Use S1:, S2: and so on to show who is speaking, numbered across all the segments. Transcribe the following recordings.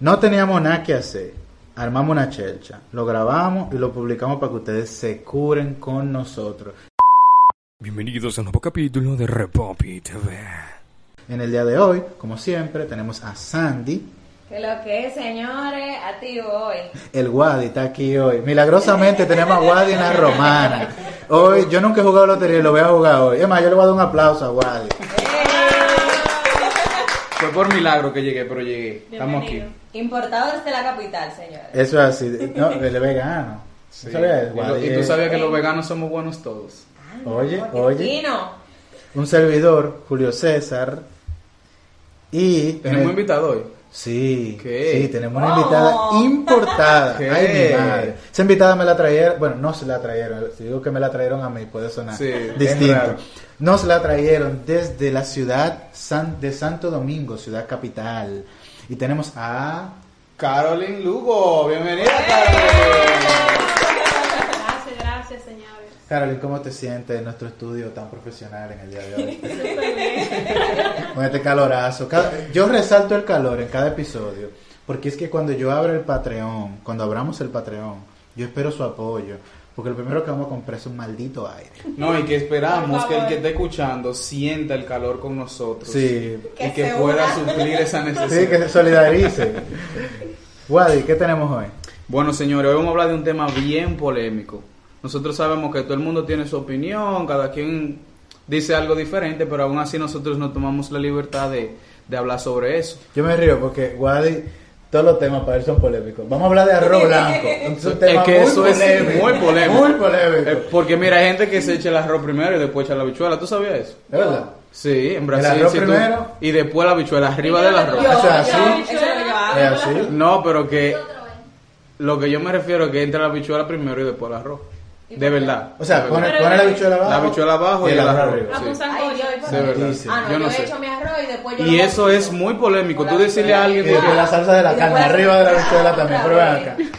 S1: No teníamos nada que hacer. Armamos una chelcha, lo grabamos y lo publicamos para que ustedes se curen con nosotros.
S2: Bienvenidos a un nuevo capítulo de Repopi TV.
S1: En el día de hoy, como siempre, tenemos a Sandy.
S3: Que lo que es, señores, a ti hoy.
S1: El Wadi está aquí hoy. Milagrosamente tenemos a Wadi en la romana. Hoy, yo nunca he jugado lotería y lo voy a jugar hoy. Es más, yo le voy a dar un aplauso a Wadi. ¡Eh!
S4: Fue por milagro que llegué, pero llegué. Estamos aquí.
S3: Importado desde la capital, señores.
S1: Eso es así. No, él es vegano.
S4: Sí.
S1: ¿Sabías,
S4: Y, lo-
S1: Wadi?
S4: y tú sabías que
S3: Sí.
S4: los veganos somos buenos todos.
S1: Oye,
S3: Porque
S1: oye.
S3: Fino.
S1: Un servidor, Julio César. Y.
S4: Tenemos
S1: en el-
S4: un invitado hoy.
S1: Sí,
S4: ¿Qué?
S1: sí, tenemos una
S3: Oh.
S1: invitada importada.
S4: ¿Qué?
S1: Ay, mi madre. Esa invitada me la trajeron, bueno, no se la trajeron, si digo que me la trajeron a mí puede sonar
S4: Sí, es
S1: distinto.
S4: raro.
S1: Nos la trajeron desde la ciudad San- de Santo Domingo, ciudad capital. Y tenemos a...
S4: Caroline Lugo, bienvenida Caroline.
S5: Gracias, gracias, señores.
S1: Carolyn, ¿cómo te sientes en nuestro estudio tan profesional en el día de hoy?
S5: Súper bien.
S1: Con este calorazo. Cada- yo resalto el calor en cada episodio. Porque es que cuando yo abro el Patreon, cuando abramos el Patreon, yo espero su apoyo. Porque lo primero que vamos a comprar es un maldito aire.
S4: No, y que esperamos
S5: Por favor.
S4: que el que esté escuchando sienta el calor con nosotros.
S1: Sí.
S3: Que
S4: Y que
S3: se
S4: pueda
S3: una.
S4: suplir esa
S1: Sí, que
S4: necesidad.
S1: se solidarice. Wadi, ¿qué tenemos hoy?
S4: Bueno, señores, hoy vamos a hablar de un tema bien polémico. Nosotros sabemos que todo el mundo tiene su opinión, cada quien dice algo diferente, pero aún así nosotros nos tomamos la libertad de, de hablar sobre eso.
S1: Yo me río porque Wadi, todos los temas para él son polémicos. Vamos a hablar de arroz blanco. Es un tema
S4: es que
S1: muy
S4: eso es muy polémico.
S1: Muy polémico.
S4: Eh, porque mira, hay gente que se echa el arroz primero y después echa la habichuela. ¿Tú sabías eso?
S1: ¿Es verdad?
S4: Sí, en Brasil.
S1: arroz
S4: sí, tú-
S1: primero?
S4: Y después la habichuela, arriba del
S3: Yo,
S4: arroz.
S3: yo,
S1: Eso es así.
S3: eso es lo que yo hago.
S5: Ah.
S1: ¿Es así?
S4: No, pero que lo que yo me refiero es que entra la habichuela primero y después el arroz. De verdad.
S1: O sea,
S4: De
S1: pone,
S4: verdad.
S1: pone la bichuela abajo.
S4: la habichuela abajo y el arroz arriba.
S5: Vamos
S4: sí.
S5: a-
S3: Ay, yo voy por
S4: De
S3: ahí.
S4: verdad.
S1: Dice.
S3: Ah, no,
S4: Yo
S3: yo,
S4: no
S3: he
S4: sé.
S3: hecho mi arroz y después yo
S4: Y
S3: lo
S4: eso
S3: cocino.
S4: es muy polémico.
S3: Con
S4: Tú
S3: la
S4: decirle a
S3: habichuela.
S1: Y
S4: alguien...
S1: después la salsa de la
S3: Y
S1: carne,
S3: después-
S1: arriba de la bichuela también.
S3: Ah,
S1: Pero ven acá.
S3: bien.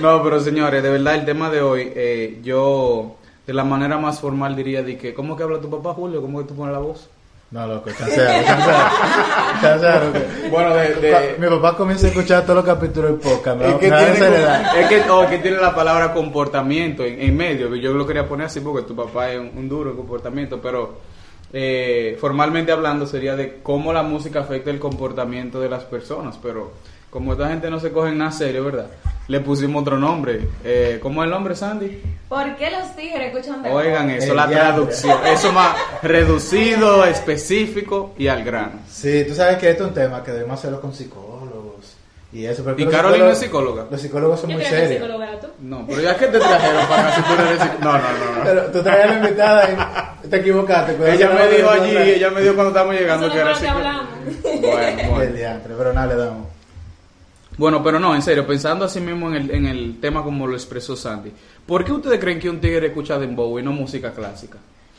S4: No, pero señores, de verdad el tema de hoy, eh, yo de la manera más formal diría de que, ¿cómo que habla tu papá Julio? ¿Cómo que tú pones la voz?
S1: No, loco, chancea, chancea. chancea, loco.
S4: Bueno, de... de-
S1: Mi papá comienza a escuchar todos los capítulos del podcast. Me
S4: es
S1: va
S4: que,
S1: me va a
S4: tiene,
S1: desheredar.
S4: es que- o que tiene la palabra comportamiento en, en medio. Yo lo quería poner así porque tu papá es un, un duro en comportamiento, pero eh, formalmente hablando sería de cómo la música afecta el comportamiento de las personas. Pero como esta gente no se coge en nada serio, ¿verdad? Le pusimos otro nombre. Eh, ¿Cómo es el nombre, Sandy?
S3: ¿Por qué los tigres escuchan de
S4: Oigan
S1: Eh,
S4: eso, la
S1: ya.
S4: traducción. Eso más reducido, específico y al grano.
S1: Sí, tú sabes que este es un tema que debemos hacerlo con psicólogos. Y eso, porque
S4: ¿Y
S1: los
S4: Carolina
S1: psicólogos-
S4: es psicóloga?
S1: Los psicólogos son
S5: Yo
S1: muy
S5: creo que el
S1: serios.
S5: psicólogo era tú.
S4: No, pero ya que te trajeron para si tú no eres psic- No, no, no. no.
S1: Pero tú traes a la invitada y te equivocaste. cuidado,
S4: Ella
S1: no
S4: me
S1: lo
S4: dijo
S1: vas a
S4: allí,
S1: hablar.
S4: ella me dijo cuando estábamos llegando
S5: Eso
S4: que era
S5: es lo que
S4: psicóloga.
S5: hablamos.
S4: Bueno,
S1: Del
S4: bueno.
S1: diantre, pero nada, le damos.
S4: Bueno, pero no, en serio, pensando así mismo en el, en el tema como lo expresó Sandy, ¿por qué ustedes creen que un tigre escucha dembow y no música clásica?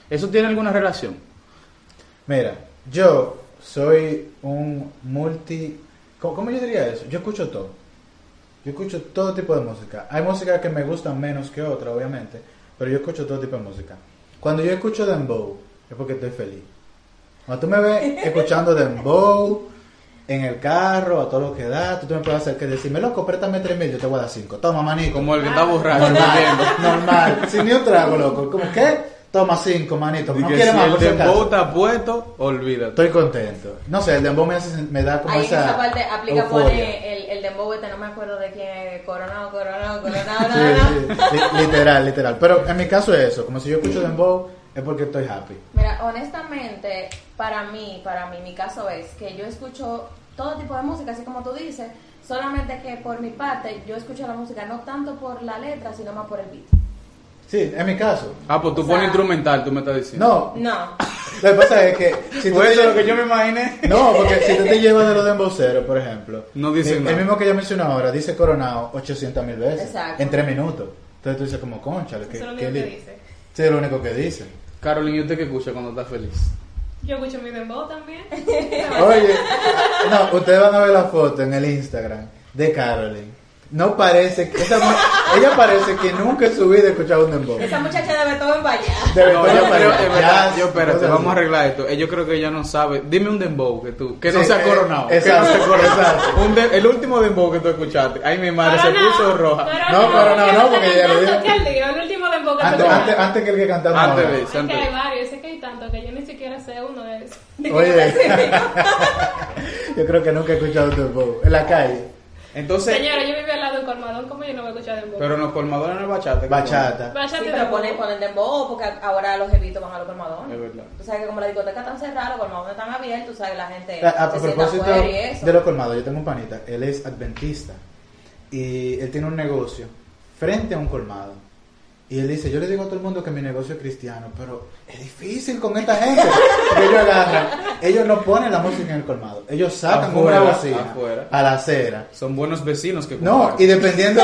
S4: ¿Eso tiene alguna relación?
S1: Mira, yo soy un multi... ¿Cómo, cómo yo diría eso? Yo escucho todo. Yo escucho todo tipo de música. Hay música que me gusta menos que otra, obviamente, pero yo escucho todo tipo de música. Cuando yo escucho dembow, es porque estoy feliz. Cuando tú me ves escuchando dembow en el carro, a todo lo que da, tú te me puedes hacer que decirme, loco, préstame tres mil, yo te voy a dar cinco. Toma, manico.
S4: Como el que está borracho bebiendo.
S1: normal, normal, sin ni un trago, loco. ¿Cómo qué? Toma cinco, manito.
S4: Y
S1: No
S4: que
S1: quiere
S4: si
S1: más,
S4: el
S1: por si acaso.
S4: dembow está puesto, olvídate.
S1: Estoy contento. No sé, el dembow me, hace, sen- me da como
S3: Ahí en
S1: esa.
S3: esa parte aplica
S1: euforia.
S3: pone el, el dembow este, no me acuerdo de quién es, coronado, coronado,
S1: Sí,
S3: coronado, coronado.
S1: sí, li- literal, literal. Pero en mi caso es eso. Como si yo escucho dembow, es porque estoy happy.
S3: Mira, honestamente, para mí, para mí, mi caso es que yo escucho todo tipo de música, así como tú dices, solamente que por mi parte yo escucho la música no tanto por la letra, sino más por el beat.
S1: Sí, en mi caso.
S4: Ah, pues tú
S3: O
S4: pones
S3: sea-
S4: instrumental, tú me estás diciendo.
S1: No,
S3: No.
S1: lo que pasa es que. Si tú
S4: Pues
S1: te
S4: eso es
S1: lle-
S4: lo que yo me imaginé.
S1: No, porque si tú te llevas de los dembowceros, por ejemplo.
S4: No dicen
S1: el,
S4: nada.
S1: El mismo que yo mencioné ahora, dice coronado 800 mil veces.
S3: Exacto.
S1: En tres minutos. Entonces tú dices, como concha.
S5: Eso es lo único que dice.
S1: Sí, es lo único que dice.
S4: Carolina, ¿y usted qué escucha cuando está feliz?
S5: Yo escucho mi dembow también.
S1: Oye, no, ustedes van a ver la foto en el Instagram de Carolyn. no parece, que- esa mu- ella parece que nunca en su vida ha escuchado un dembow.
S3: Esa muchacha de Beethoven para allá.
S1: De
S4: No,
S1: Beethoven
S4: yo
S1: para
S4: creo,
S1: allá,
S4: es verdad,
S1: jazz,
S4: yo espérate,
S1: cosas
S4: vamos a
S1: así.
S4: arreglar esto. Eh, Yo creo que ella no sabe. Dime un dembow que tú, que no
S1: Sí,
S4: se ha
S1: eh,
S4: coronado.
S1: exacto,
S4: que no se ha coronado.
S1: exacto.
S4: Un de- el último dembow que tú escuchaste. Ay, mi madre, se
S5: Coronado,
S4: puso roja.
S5: coronado,
S1: No, coronado, no,
S5: que está
S1: porque ya lo
S5: cantando
S1: dije.
S5: que al día, el último de Boca
S1: Antes,
S5: Chocada.
S1: antes, antes que el que cantaba.
S4: Antes
S1: ahora.
S4: de
S5: Es que hay varios, es que hay tantos que yo ni siquiera sé uno de esos.
S1: Oye, yo creo que nunca he escuchado un dembow. En la calle,
S4: Entonces,
S5: Señora, yo vivía al lado del colmadón, ¿cómo yo no voy a escuchar de
S4: pero no, colmadora no es bachata. ¿qué
S1: bachata.
S5: Vaya,
S3: Sí,
S5: te
S3: pero ponen, ponen dembow porque ahora los jevitos van a los colmadones.
S4: Es verdad.
S3: Tú sabes que como la discoteca está cerrada, los colmadones están abiertos, tú sabes, la gente
S1: A, a
S3: se sienta
S1: propósito
S3: afuera y eso.
S1: de lo colmado, yo tengo un panita, él es adventista y él tiene un negocio frente a un colmado. Y él dice, yo le digo a todo el mundo que mi negocio es cristiano, pero es difícil con esta gente. Porque ellos agarran, ellos no ponen la música en el colmado, ellos sacan
S4: Afuera,
S1: una bocina
S4: afuera.
S1: a la acera.
S4: Son buenos vecinos que
S1: No, y
S4: comparten.
S1: dependiendo,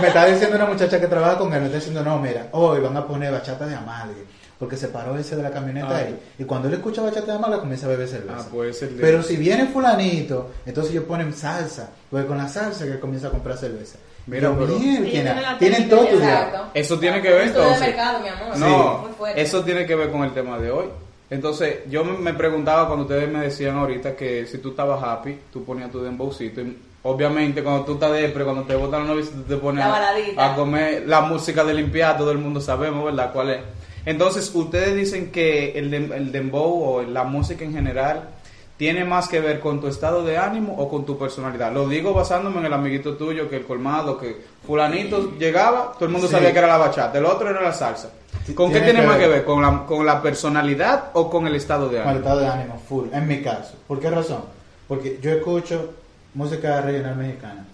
S1: me está diciendo una muchacha que trabaja con él, me está diciendo, no, mira, hoy van a poner bachata de amalgue, porque se paró ese de la camioneta
S4: Ay.
S1: ahí. Y cuando él escucha bachata de amalgue, comienza a beber cerveza.
S4: Ah, puede ser de-
S1: Pero si viene fulanito, entonces ellos ponen salsa, porque con la salsa que comienza a comprar cerveza.
S4: Mira,
S1: Yo,
S4: pero-
S1: "Mierda,
S5: Ellos tienen la
S1: tienen todo tu
S3: Exacto.
S4: Eso tiene que ver,
S3: Estudio de
S4: entonces.
S3: mercado, mi amor.
S4: No,
S3: Muy fuerte.
S4: eso tiene que ver con el tema de hoy. Entonces, yo me me preguntaba cuando ustedes me decían ahorita que si tú estabas happy, tú ponías tu dembowcito. Y obviamente, cuando tú estás depre, cuando te botan la novia, tú te pones
S3: La
S4: a,
S3: baladita.
S4: a comer la música de limpiar, todo el mundo sabemos, ¿verdad? ¿Cuál es? Entonces, ustedes dicen que el, dem- el dembow o la música en general tiene más que ver con tu estado de ánimo o con tu personalidad. Lo digo basándome en el amiguito tuyo, que el colmado, que fulanito llegaba, todo el mundo
S1: Sí.
S4: sabía que era la bachata, el otro era la salsa.
S1: T-
S4: ¿Con qué
S1: tiene
S4: tiene
S1: que
S4: más
S1: ver.
S4: que ver? ¿Con la, ¿Con la personalidad o con el estado de
S1: con el
S4: ánimo?
S1: estado de ánimo, full, en mi caso. ¿Por qué razón? Porque yo escucho música regional mexicana,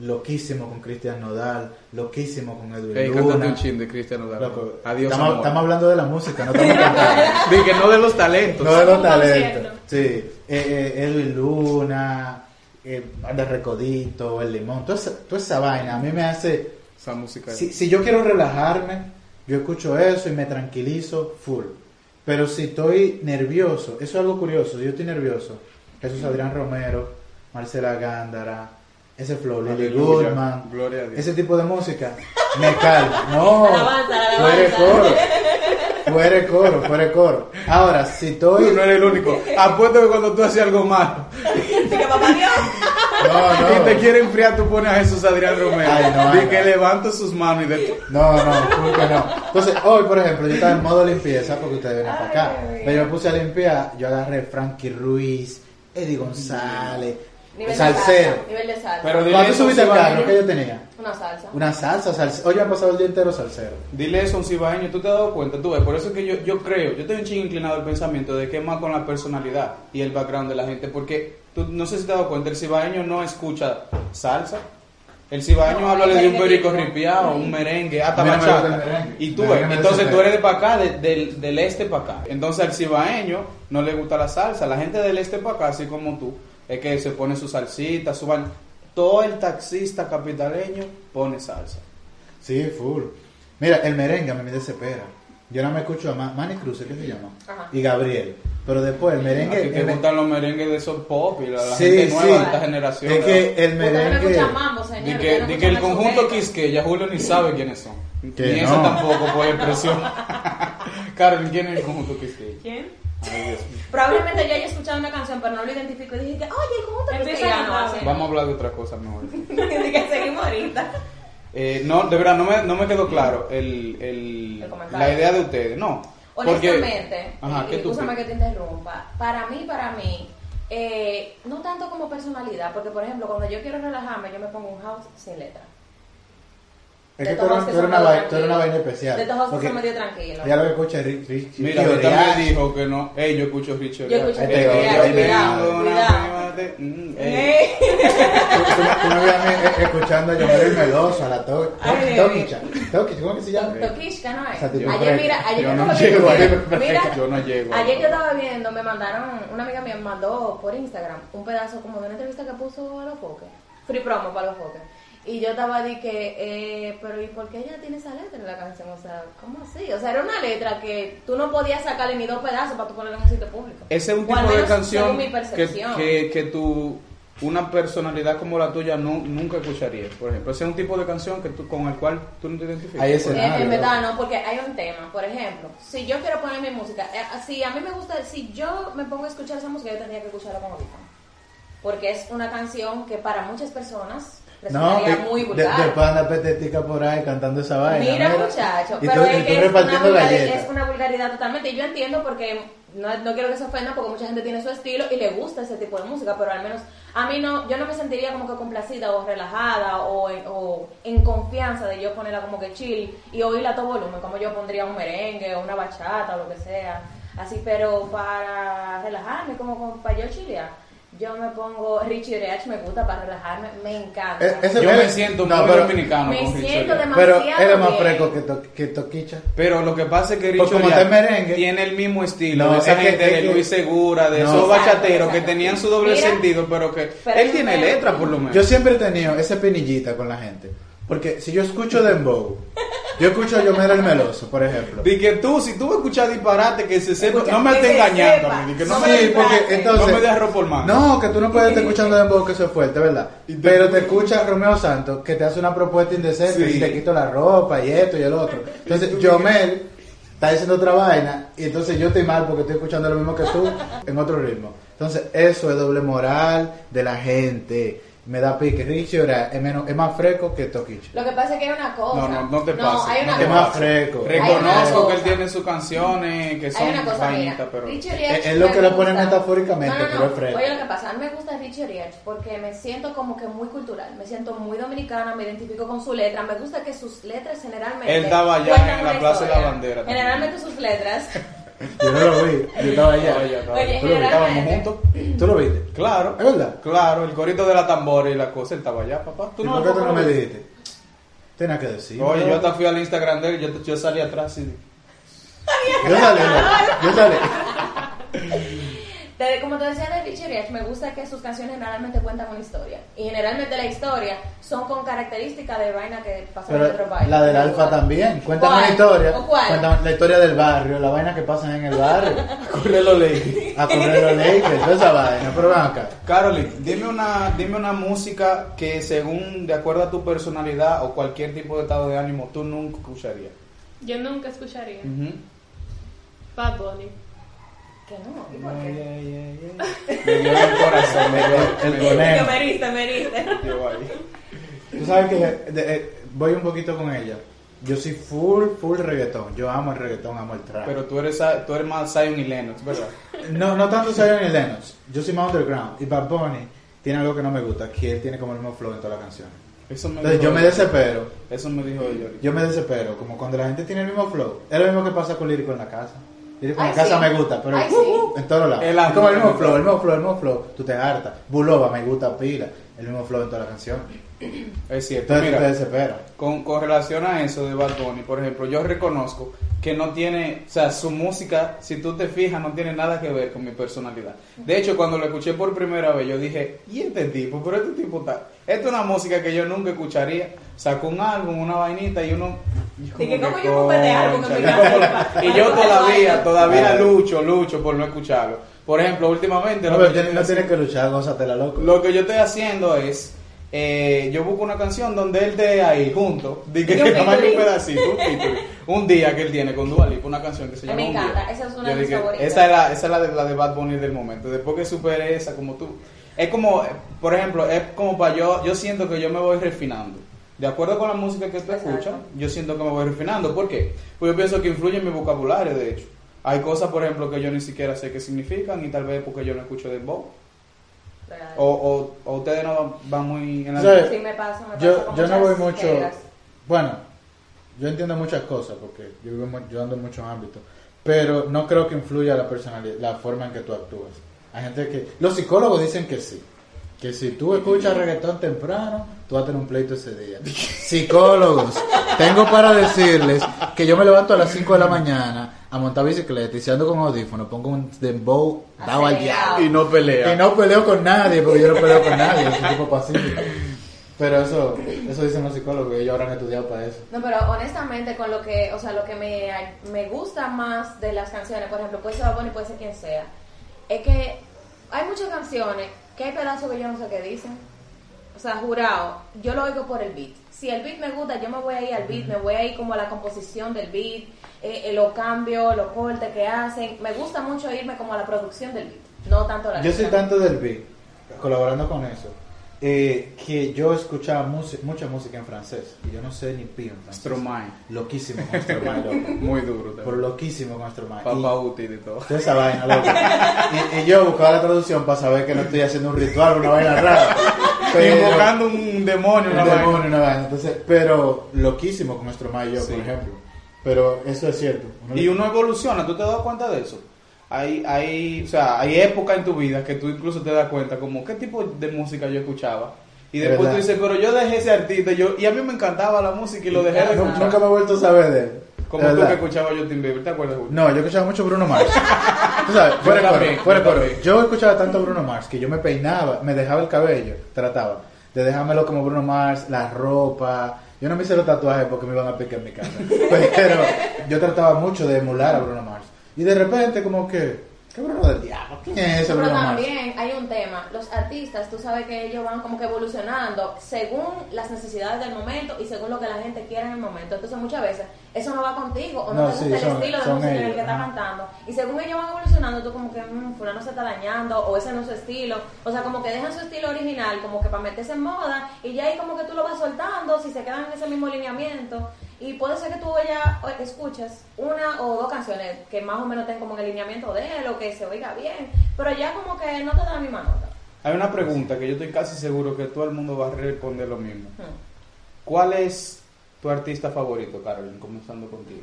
S1: loquísimo con Cristian Nodal, loquísimo con Edwin
S4: Ey, cántate
S1: Luna.
S4: un chin de Cristian Nodal.
S1: Loco,
S4: Adiós,
S1: estamos,
S4: amor.
S1: estamos hablando de la música, no estamos cantando.
S4: Dije, no de los talentos.
S1: no de los
S5: Un
S1: talentos.
S5: concierto.
S1: Sí, eh, eh, Edwin Luna, eh, Banda Recodito, El Limón, toda esa, toda esa vaina. A mí me hace.
S4: Esa música.
S1: Si, si yo quiero relajarme, yo escucho eso y me tranquilizo full. Pero si estoy nervioso, eso es algo curioso. Si yo estoy nervioso, Jesús
S4: Mm.
S1: Adrián Romero, Marcela Gándara, ese flow, Lily
S4: Aleluya,
S1: Goodman,
S4: Gloria a Dios.
S1: ese tipo de música, me calma. No,
S3: Alabanza, la
S1: fuere
S3: alabanza.
S1: coro, fuere coro, fuere coro. Ahora, si
S4: Tú
S1: estoy.
S4: no eres el único. Apuesto que cuando tú haces algo malo
S3: Así que papá Dios.
S1: No, no.
S4: y te quiere enfriar, tú pones a Jesús Adrián Romero.
S1: Ay, no, ay,
S4: Di que
S1: no.
S4: levanta sus manos y de...
S1: No, no, full que no. Entonces, hoy, por ejemplo, yo estaba en modo limpieza porque ustedes vienen para acá.
S3: Ay, Dios mío.
S1: Pero yo me puse a limpiar, yo agarré Frankie Ruiz, Eddie González,
S3: Nivel de
S1: Salsero.
S3: salsa, Nivel de salsa.
S4: Pero dile
S1: Cuando
S4: eso a un
S1: subiste al
S4: cibaeño.
S1: carro, ¿qué yo tenía?
S3: Una salsa.
S1: Una salsa, salsa. Hoy yo he pasado el día entero salsero.
S4: Dile eso a un cibaeño, tú te has dado cuenta, tú ves, por eso es que yo, yo creo, yo estoy un chingo inclinado al pensamiento de que es más con la personalidad y el background de la gente, porque tú no sé si te has dado cuenta, el cibaeño no escucha salsa, el cibaeño
S3: No,
S4: habla
S3: hay
S4: de un
S3: gente
S4: perico
S3: que no.
S4: ripiado, un merengue, hasta
S1: A mí no me gusta el
S4: bachata,
S1: merengue.
S4: y tú
S1: Me
S4: ves,
S1: me
S4: entonces tú
S1: desespera.
S4: eres de para acá, de- del, del este para acá, entonces al cibaeño no le gusta la salsa, la gente del este para acá, así como tú, es que se pone su salsita, su baño, todo el taxista capitaleño pone salsa.
S1: Sí, full. Mira, el merengue a mí me desespera. Yo no me escucho a Ma- Manny Cruz, ¿qué se llama?
S3: Ajá.
S1: Y Gabriel. Pero después el merengue.
S4: A ti te
S1: el me-
S4: gustan los merengues de esos pop y la, la
S1: Sí,
S4: gente nueva de
S1: sí.
S4: esta generación.
S1: Es
S4: ¿verdad?
S1: que el
S3: Usted no
S1: merengue.
S3: escucha mambo, señor.
S4: Di
S3: usted
S4: que,
S3: no
S4: di
S3: escucha
S4: que el
S3: Jesús
S4: conjunto
S3: Vega.
S4: Quisqueya, Julio ni sabe quiénes son.
S1: Que
S4: ni eso
S1: no.
S4: tampoco pues, puede expresión. Carol, ¿quién es el conjunto Quisqueya?
S5: ¿Quién?
S4: Ay, Dios mío.
S3: Probablemente yo haya escuchado una canción, pero no lo identifico. Y dije que, oye, el conjunto
S5: Empieza
S3: cristiano.
S5: a
S3: así.
S5: cantar.
S4: Vamos a hablar de otra cosa mejor.
S3: Así que seguimos ahorita.
S4: Eh, no, de verdad, no me, no me quedó claro el, el-
S3: El comentario.
S4: la idea de ustedes. No. porque-
S3: Honestamente,
S4: Ajá,
S3: y-
S4: ¿qué
S3: y
S4: tú
S3: escúchame que
S4: crees?
S3: te interrumpa. Para mí, para mí, eh, no tanto como personalidad, porque por ejemplo, cuando yo quiero relajarme, yo me pongo un house sin letra.
S1: Es
S3: De
S1: que tú
S3: todos
S1: eres,
S3: que
S1: tú eres
S3: son
S1: una,
S3: medio
S1: vaina- tú eres una vaina
S3: tranquilos.
S1: especial.
S3: De todos los que
S1: porque
S3: son medio tranquilos.
S1: Ya lo que escucha es Rich, Rich,
S4: Mira,
S1: Rich
S4: ahorita
S1: Oriash.
S4: me dijo que no. Ey, yo escucho Richard.
S3: Yo escucho
S4: Ey,
S1: Richard
S4: ey,
S1: Oriash,
S4: ey,
S1: cuidado,
S4: una
S3: cuidado.
S4: prima de- mm, ey.
S3: Ey.
S1: Tú, tú me- tú me ves a mí, eh, escuchando a Yomel Meloso, a la to- to-
S3: Ay,
S1: Toquicha. Toquicha, ¿cómo que se llama?
S3: Toquishka, ¿no es?
S1: O sea, te-
S3: Ayer, mira, ayer
S4: Yo
S3: yo
S4: no
S3: estaba viendo-
S4: llego ahí,
S1: me
S3: mira,
S4: parece que yo no llego ahí.
S3: Ayer yo estaba viendo, me mandaron, una amiga mía me mandó por Instagram un pedazo como de una entrevista que puso a los foques. Free promo para los foques. Y yo estaba de que, eh, pero ¿y por qué ella tiene esa letra en la canción? O sea, ¿cómo así? O sea, era una letra que tú no podías sacarle ni dos pedazos para tú ponerla en un sitio público.
S4: Ese es un
S3: O al
S4: tipo de
S3: menos
S4: canción
S3: según mi
S4: que,
S3: percepción.
S4: que, que tu una personalidad como la tuya nu- nunca escucharía. Por ejemplo, ese es un tipo de canción que tú, con el cual tú no te identificas.
S1: Ahí es
S4: Por
S1: el- escenario.
S4: ejemplo.
S3: Eh, en verdad no, porque hay un tema, por ejemplo, si yo quiero poner mi música, eh, si a mí me gusta, si yo me pongo a escuchar esa música, yo tendría que escucharla con audífono. Porque es una canción que para muchas personas les
S1: No,
S3: sonaría
S1: que
S3: muy
S1: de-
S3: vulgar.
S1: después anda petetica por ahí cantando esa vaina.
S3: Mira, muchacho,
S1: y
S3: pero
S1: tú, y
S3: es
S1: tú
S3: que es una,
S1: repartiendo
S3: vulgaridad,
S1: galletas.
S3: es una vulgaridad totalmente. Y yo entiendo porque no, no quiero que se ofenda porque mucha gente tiene su estilo y le gusta ese tipo de música, pero al menos a mí no, yo no me sentiría como que complacida o relajada o en, o en confianza de yo ponerla como que chill y oírla a todo volumen, como yo pondría un merengue o una bachata o lo que sea. Así, pero para relajarme, como, como para yo chilear, yo me pongo Richie Rich, me gusta para relajarme, me encanta.
S1: Eh, ese
S4: Yo me
S1: bebé-
S4: siento
S1: no,
S4: muy
S1: pero-
S4: dominicano
S3: Me
S4: con Rich
S3: siento
S4: Oriol.
S3: demasiado
S1: Pero era más
S3: bien.
S1: fresco que, to- que Toquicha.
S4: Pero lo que pasa es que
S1: Pues
S4: Richo
S1: como está
S4: Jack
S1: en merengue.
S4: tiene el mismo estilo
S1: No,
S4: de esa
S1: es que-
S4: gente
S1: es
S4: de
S1: que-
S4: Luis Segura,
S1: No.
S4: de esos
S3: Exacto,
S4: bachateros que
S3: exacto.
S4: tenían su doble
S3: Mira,
S4: sentido, pero que
S3: pero
S4: él
S3: no
S4: tiene
S3: me-
S4: letra por lo menos.
S1: Yo siempre he tenido esa penillita con la gente. Porque si yo escucho Dembow, yo escucho a Yomer el Meloso, por ejemplo.
S4: Di que tú, si tú escuchas disparate, que se sepa,
S3: Escucha,
S4: no me
S3: que
S4: estés
S3: se
S4: engañando,
S3: sepa.
S4: a mí, di que no
S1: No,
S3: No
S1: sí,
S4: me
S3: me
S1: porque
S3: disfraces.
S1: entonces.
S4: No me dejes por mano.
S1: No, que tú no puedes estar escuchando Dembow que eso es fuerte, ¿verdad?
S4: Y te-
S1: Pero te escucha Romeo Santos que te hace una propuesta indecente
S4: Sí.
S1: y te quito la ropa y esto y el otro. Entonces, Yomel está diciendo otra vaina y entonces yo estoy mal porque estoy escuchando lo mismo que tú en otro ritmo. Entonces, eso es doble moral de la gente. Me da pique. Richie ahora es, menos, es más fresco que Toquicha.
S3: Lo que pasa es que hay una cosa.
S4: No, no, no te pases,
S3: hay
S4: no
S3: una
S4: te
S1: Es
S3: cosa.
S1: más fresco.
S3: Hay una
S4: Reconozco que él
S3: cosa.
S4: tiene sus canciones, que son
S3: hay una cosa,
S4: vainitas,
S3: mira.
S4: pero...
S3: Richie Oriach
S1: Es- es lo
S3: me
S1: que lo
S3: gusta.
S1: ponen metafóricamente,
S3: No, no, no.
S1: pero es fresco.
S3: Oye, lo que pasa, a mí me gusta Richie Oriach porque me siento como que muy cultural, me siento muy dominicana, me identifico con su letra, me gusta que sus letras generalmente.
S4: Él estaba allá
S3: cuentan
S4: en la
S3: una
S4: Plaza de la
S3: historia.
S4: Bandera también.
S3: Generalmente sus letras.
S1: Yo no lo vi. Yo estaba allá.
S4: Oye, no,
S3: Oye,
S4: ¿tú lo estábamos
S3: generalmente.
S4: juntos?
S1: ¿Tú lo viste?
S4: Claro,
S1: ¿Es verdad?
S4: claro, el corito de la tambora y la cosa, él estaba allá, papá.
S1: ¿Y por qué tú no me
S4: lo viste?
S1: dijiste? Tienes que decir.
S4: Oye, yo hasta fui al Instagram de él, yo, yo salí atrás y...
S1: Yo salí, yo salí.
S3: Te- Como te decía de Richie Rich, me gusta que sus canciones generalmente cuentan una historia. Y generalmente la historia son con características de vaina que pasan en otro
S1: Pero
S3: país.
S1: la del
S3: Me
S1: Alfa
S3: gusta.
S1: también. Cuéntame
S3: ¿Cuál?
S1: una historia.
S3: ¿O cuál?
S1: Cuéntame la historia del barrio, la vaina que pasan en el barrio.
S4: Corre lo leí.
S1: A correr los Lakers, toda esa vaina. Pero ven acá.
S4: Carolyn, dime una, dime una música que según, de acuerdo a tu personalidad o cualquier tipo de estado de ánimo, tú nunca escucharías.
S5: Yo nunca escucharía.
S4: Ujú.
S5: Bad Bunny.
S3: Que no, ¿y por qué?
S4: Me dio el corazón, me dio
S1: El
S4: me dio-
S1: conejo.
S3: me heriste, me heriste.
S4: dio ahí.
S1: Tú sabes que de- eh, voy un poquito con ella. Yo soy full, full reggaetón. Yo amo el reggaetón, amo el trap.
S4: Pero tú eres, tú eres más Zion y Lennox, ¿verdad?
S1: No, no tanto Zion y Lennox. Yo soy más underground. Y Bad Bunny tiene algo que no me gusta, que él tiene como el mismo flow en todas las canciones.
S4: Eso me
S1: Entonces
S4: dijo
S1: yo me
S4: ella.
S1: desespero.
S4: Eso me dijo ella. ahorita.
S1: Yo me desespero, como cuando la gente tiene el mismo flow. Es lo mismo que pasa con Lírico en la casa. Lírico en
S3: Ay,
S1: la casa
S3: sí.
S1: me gusta, pero
S3: Ay, sí.
S1: uh, uh, en todos lados.
S4: El
S1: Es como el mismo
S4: amor.
S1: flow, el mismo flow, el mismo flow. Tú te hartas. Buloba me gusta pila. El mismo flow en toda la canción.
S4: Es cierto.
S1: Entonces tú te
S4: Mira,
S1: desesperas.
S4: con, con relación a eso de Bad Bunny, por ejemplo, yo reconozco que no tiene, o sea, su música, si tú te fijas, no tiene nada que ver con mi personalidad. De hecho, cuando lo escuché por primera vez, yo dije, ¿y este tipo? Pero este tipo está. Esta es una música que yo nunca escucharía. Sacó un álbum, una vainita y uno. y como
S3: Dije, ¿cómo
S4: que,
S3: yo voy a perder álbum en mi
S4: "Concha".
S3: casa?
S4: Y yo todavía, todavía
S1: Claro.
S4: lucho, lucho por no escucharlo. Por ejemplo, últimamente.
S1: No,
S4: lo
S1: pero
S4: que
S1: ya
S4: yo
S1: no
S4: estoy
S1: tienes que luchar, gózatela, loco.
S4: lo que yo estoy haciendo es, eh, yo busco una canción donde él esté ahí junto, de que
S3: Y un
S4: nada más que un
S3: featuring.
S4: pedacito, un featuring. Un día que él tiene con Dua Lipa, una canción que se
S3: A
S4: llama
S3: mí me
S4: Un Día.
S3: encanta, esa es una
S4: Yo
S3: de mis
S4: dije,
S3: favoritas.
S4: Esa es, la, esa es la, de, la de Bad Bunny del momento, después que supere esa, como tú. Es como, eh, por ejemplo, es como para yo, yo siento que yo me voy refinando. De acuerdo con la música que tú
S3: Exacto.
S4: escuchas, yo siento que me voy refinando. ¿Por qué? Pues yo pienso que influye en mi vocabulario, de hecho. Hay cosas, por ejemplo, que yo ni siquiera sé qué significan y tal vez porque yo no escucho de voz.
S1: Oh,
S4: O, o, o ustedes no van muy en la
S1: O sea,
S3: Sí, me pasa, me pasa
S1: Yo,
S3: con
S1: yo no voy
S3: muchas
S1: mucho.
S3: jergas.
S1: Bueno, yo entiendo muchas cosas porque yo, vivo, mu- yo ando en muchos ámbitos. Pero no creo que influya la personalidad, la forma en que tú actúas. Hay gente que. Los psicólogos dicen que sí. Que si tú escuchas reggaetón temprano, tú vas a tener un pleito ese día. Psicólogos, tengo para decirles que yo me levanto a las 5 de la mañana a montar bicicleta y si ando con audífonos, pongo un dembow, daba ya.
S3: Acelerado.
S4: Y no pelea.
S1: Y no peleo con nadie, porque yo no peleo con nadie, yo soy tipo pacífico. Pero eso, eso dicen los psicólogos, ellos habrán estudiado para eso.
S3: No, pero honestamente con lo que, o sea, lo que me, me gusta más de las canciones, por ejemplo, puede ser Bad Bunny, puede ser quien sea, es que hay muchas canciones que hay pedazos que yo no sé qué dicen. O sea, jurado, yo lo oigo por el beat. Si el beat me gusta, yo me voy a ir al beat, me voy a ir como a la composición del beat, eh, eh, los cambios, los cortes que hacen. Me gusta mucho irme como a la producción del beat, no tanto a la
S1: Yo soy
S3: letra.
S1: tanto del beat, colaborando con eso, eh, que yo escuchaba mus- mucha música en francés. Y yo no sé ni pío en francés.
S4: Stromae.
S1: Loquísimo con Stromae, loco.
S4: Muy duro
S1: Pero
S4: también.
S1: loquísimo con Stromae. Y-
S4: Papá útil y todo.
S1: Toda esa vaina, loco. Y, y yo buscaba la traducción para saber que no estoy haciendo un ritual, una vaina rara. Pero-
S4: Invocando un demonio,
S1: un
S4: una vaina.
S1: demonio, una vaina. Entonces, pero loquísimo con Stromae yo,
S4: Sí.
S1: por ejemplo. Pero eso es cierto.
S4: Y uno evoluciona, ¿tú te das cuenta de eso? Hay, hay, o sea, hay épocas en tu vida que tú incluso te das cuenta como qué tipo de música yo escuchaba. Y después
S1: ¿Verdad?
S4: tú dices, pero yo dejé ese artista yo, y a mí me encantaba la música y lo dejé de
S1: Nu-
S4: escuchar.
S1: Nunca me he vuelto a saber de él.
S4: como
S1: De
S4: tú
S1: verdad.
S4: que escuchabas Justin Bieber, ¿te acuerdas? Julio?
S1: No, yo escuchaba mucho Bruno Mars. Tú sabes,
S4: Yo
S1: fuera de
S4: también,
S1: coro, fuera de
S4: yo
S1: coro.
S4: también.
S1: Yo escuchaba tanto Bruno Mars que yo me peinaba, me dejaba el cabello, trataba de dejármelo como Bruno Mars, la ropa. Yo no me hice los tatuajes porque me iban a picar en mi casa. Pero yo trataba mucho de emular a Bruno Mars. Y de repente, como que, ¿qué Bruno del diablo? ¿Quién es ese
S3: Pero
S1: Bruno Mars?
S3: también hay un tema, los artistas, tú sabes que ellos van como que evolucionando según las necesidades del momento y según lo que la gente quiere en el momento. Entonces muchas veces eso no va contigo o
S1: No,
S3: no, te gusta
S1: sí,
S3: el
S1: son-
S3: estilo de
S1: son
S3: música en el
S1: ellos,
S3: que está
S1: ajá.
S3: cantando. Y según ellos van evolucionando, tú como que, mmm, fulano se está dañando o ese no es su estilo. O sea, como que dejan su estilo original como que para meterse en moda y ya ahí como que tú lo vas soltando si se quedan en ese mismo lineamiento. Y puede ser que tú ya escuches una o dos canciones que más o menos estén como en el lineamiento de él o que se oiga bien, pero ya como que no te da la misma nota.
S4: Hay una pregunta que yo estoy casi seguro que todo el mundo va a responder lo mismo.
S3: Hmm.
S4: ¿Cuál es tu artista favorito, Carolyn? Comenzando contigo.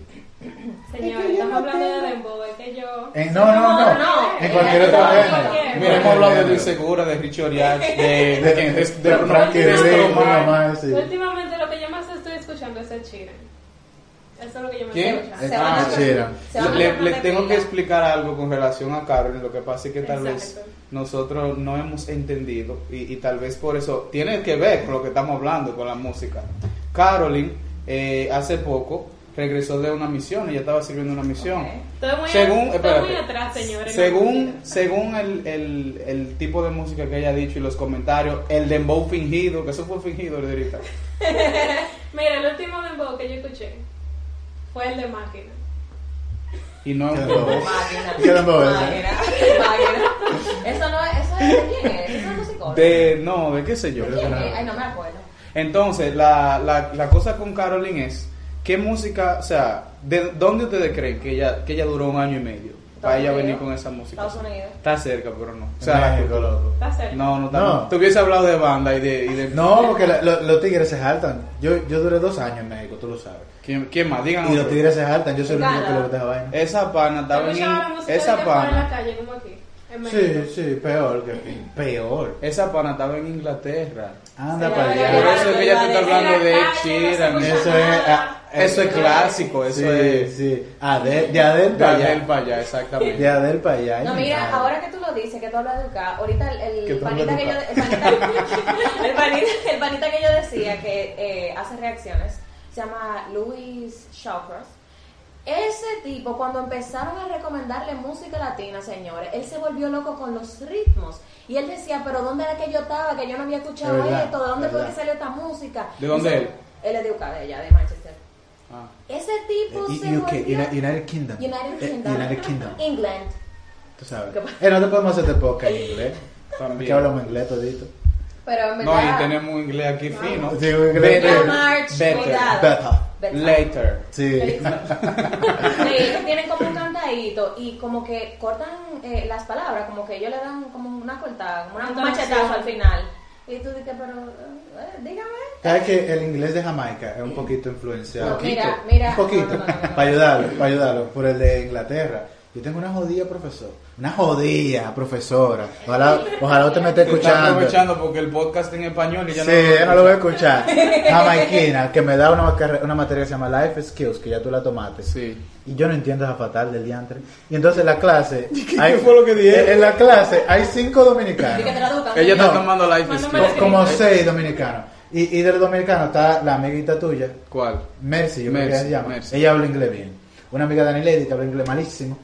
S5: Señor, estamos hablando de Dembow, es que yo...
S1: Eh, no, no, no,
S3: No, no,
S1: En
S3: eh,
S1: cualquier
S3: eh,
S1: otro
S3: no,
S1: género.
S5: cualquier.
S4: Mira,
S5: Mira,
S4: hemos hablado de Luis
S1: Luis
S4: Segura, de Richie Oriach, de,
S1: de,
S4: de, quién, de, de Bruno-
S1: Frankie
S4: de
S1: de Bruno
S4: Stromae.
S1: Mars. sí.
S5: Últimamente lo que yo más estoy escuchando es el Sheeran. Eso es lo que yo más
S4: ¿Quién?
S5: estoy escuchando.
S1: Eh,
S3: Se van
S1: ah,
S3: a-
S1: Sheeran.
S3: se van a
S4: Le,
S3: poner
S4: le
S3: de
S4: tengo que
S3: pila.
S4: explicar algo con relación a Carol. Lo que pasa es que tal vez
S5: Exacto.
S4: nosotros no hemos entendido y, y tal vez por eso tiene que ver con lo que estamos hablando, con la música. Carolyn eh, hace poco regresó de una misión, ella estaba sirviendo una misión.
S3: Ok.
S5: Estoy muy,
S4: Según,
S5: estoy
S4: espérate.
S5: muy atrás, señores.
S4: Según, según el, el- el tipo de música que haya dicho y los comentarios, el dembow fingido, que eso fue fingido ahorita.
S5: Mira, el último Dembow que yo escuché fue el de Máquina.
S4: Y no es un
S1: Qué
S4: dembow.
S1: dembow.
S3: Máquina.
S1: ¿Qué dembow es?
S4: ¿eh?
S3: Máquina. Máquina. Eso no es, eso es de quién es, eso es musicólogo.
S4: De, no, de qué sé yo.
S3: ¿De quién es? Ay, no me acuerdo.
S4: Entonces, la, la, la cosa con Carolyn es, ¿qué música, o sea, de dónde ustedes creen que ella, que ella duró un año y medio para ella venir con esa música?
S3: Estados Unidos.
S4: Está cerca, pero no. O
S1: En
S4: sea, la-
S1: México, loco.
S5: Está cerca.
S4: no, no, está-
S1: No.
S4: Te hubiese hablado de banda y de... y de-
S1: No, porque la- lo- los tigres se jaltan. Yo, yo duré dos años en México, tú lo sabes.
S4: ¿Quién, quién más? Digan
S1: Y los
S4: otro.
S1: tigres se jaltan, yo soy el único que
S3: Gana.
S1: le gusta esa vaina.
S4: Esa pana
S5: Yo
S4: estaba
S5: escuchaba la
S4: en...
S5: música de
S4: Esa
S5: que fuera en la
S4: pana,
S5: calle, como aquí, en
S1: Sí,
S5: México.
S1: sí, peor que aquí. Peor.
S4: esa pana estaba en Inglaterra.
S1: Anda
S3: Sí,
S1: para
S3: ahora
S4: Por
S1: allá.
S4: eso es que ella te está
S5: En la
S4: hablando de
S5: calle, no se
S4: Sheeran.
S5: escucha
S1: Eso
S5: nada.
S1: es, ah,
S4: Eso es clásico, eso
S1: Sí,
S4: es...
S1: sí. Adel, de Adel
S4: De
S1: para
S4: Adel
S1: allá.
S4: para allá, exactamente.
S1: De Adel para allá.
S3: No,
S1: ay, mi
S3: mira,
S1: madre.
S3: ahora que tú lo dices, que tú hablas de Uca, ahorita el,
S1: Que
S3: el
S1: tú hablas
S3: panita
S1: de
S3: que yo
S1: Uca.
S3: el panita, el panita- el panita que yo decía que eh, hace reacciones, se llama Luis Shawcross. Ese tipo, cuando empezaron a recomendarle música latina, señores, él se volvió loco con los ritmos. Y él decía, pero ¿dónde era que yo estaba? Que yo no había escuchado
S1: Es verdad,
S3: esto, ¿de dónde
S1: es
S3: fue que
S1: verdad.
S3: salió esta música?
S4: ¿De dónde
S3: Entonces, Él es de Uca, de allá, de Manchester.
S4: Ah.
S3: Ese tipo
S1: Eh,
S3: se
S1: UK,
S3: volvió...
S1: Uni- United Kingdom.
S3: United
S1: Eh,
S3: Kingdom.
S1: United Kingdom.
S3: England.
S1: Tú sabes.
S3: ¿Qué pasa?
S1: Eh, no te podemos hacer podcast en inglés.
S4: También.
S1: Que hablamos inglés todito.
S3: Pero en
S4: No, y
S3: verdad-
S4: tenemos un inglés aquí fino.
S1: Sí, un inglés
S4: Better,
S1: fino.
S3: March, cuidado.
S1: Better.
S3: Better.
S4: Later.
S1: Sí.
S3: Sí, ellos tienen como un cantadito y como que cortan eh, las palabras, como que ellos le dan como una cortada, como una- un
S5: Entonces,
S3: machetazo al final. Y tú dices, pero eh, dígame.
S1: ¿Sabes que el inglés de Jamaica es un poquito influenciado?
S3: No, mira, mira.
S1: Un poquito.
S3: No, no, no, no, no.
S1: Para ayudarlo, para ayudarlo. Por el de Inglaterra. Yo tengo una jodida profesora. Una jodida profesora. Ojalá, ojalá usted me esté
S4: Te está
S1: escuchando.
S4: aprovechando porque el podcast en español y ya
S1: Sí,
S4: no
S1: yo no lo voy a escuchar. Jamaiquina, que me da una, macarre- una materia que se llama Life Skills, que ya tú la tomaste.
S4: Sí.
S1: Y yo no entiendo esa fatal del diantre. Y entonces la clase. hay-
S4: qué fue lo que dije?
S1: En la clase hay cinco
S3: Y que
S1: dominicanos.
S3: traduzcan.
S4: Ella está
S1: No.
S4: tomando life
S5: Mándame
S4: skills.
S1: Co- como seis dominicanos. Y, y de los dominicanos está la amiguita tuya,
S4: ¿Cuál?
S1: Mercy, yo creo que
S4: Mercy,
S1: ella se llama.
S4: Mercy.
S1: Ella habla inglés bien. Una amiga de Annie Lady que habla inglés malísimo.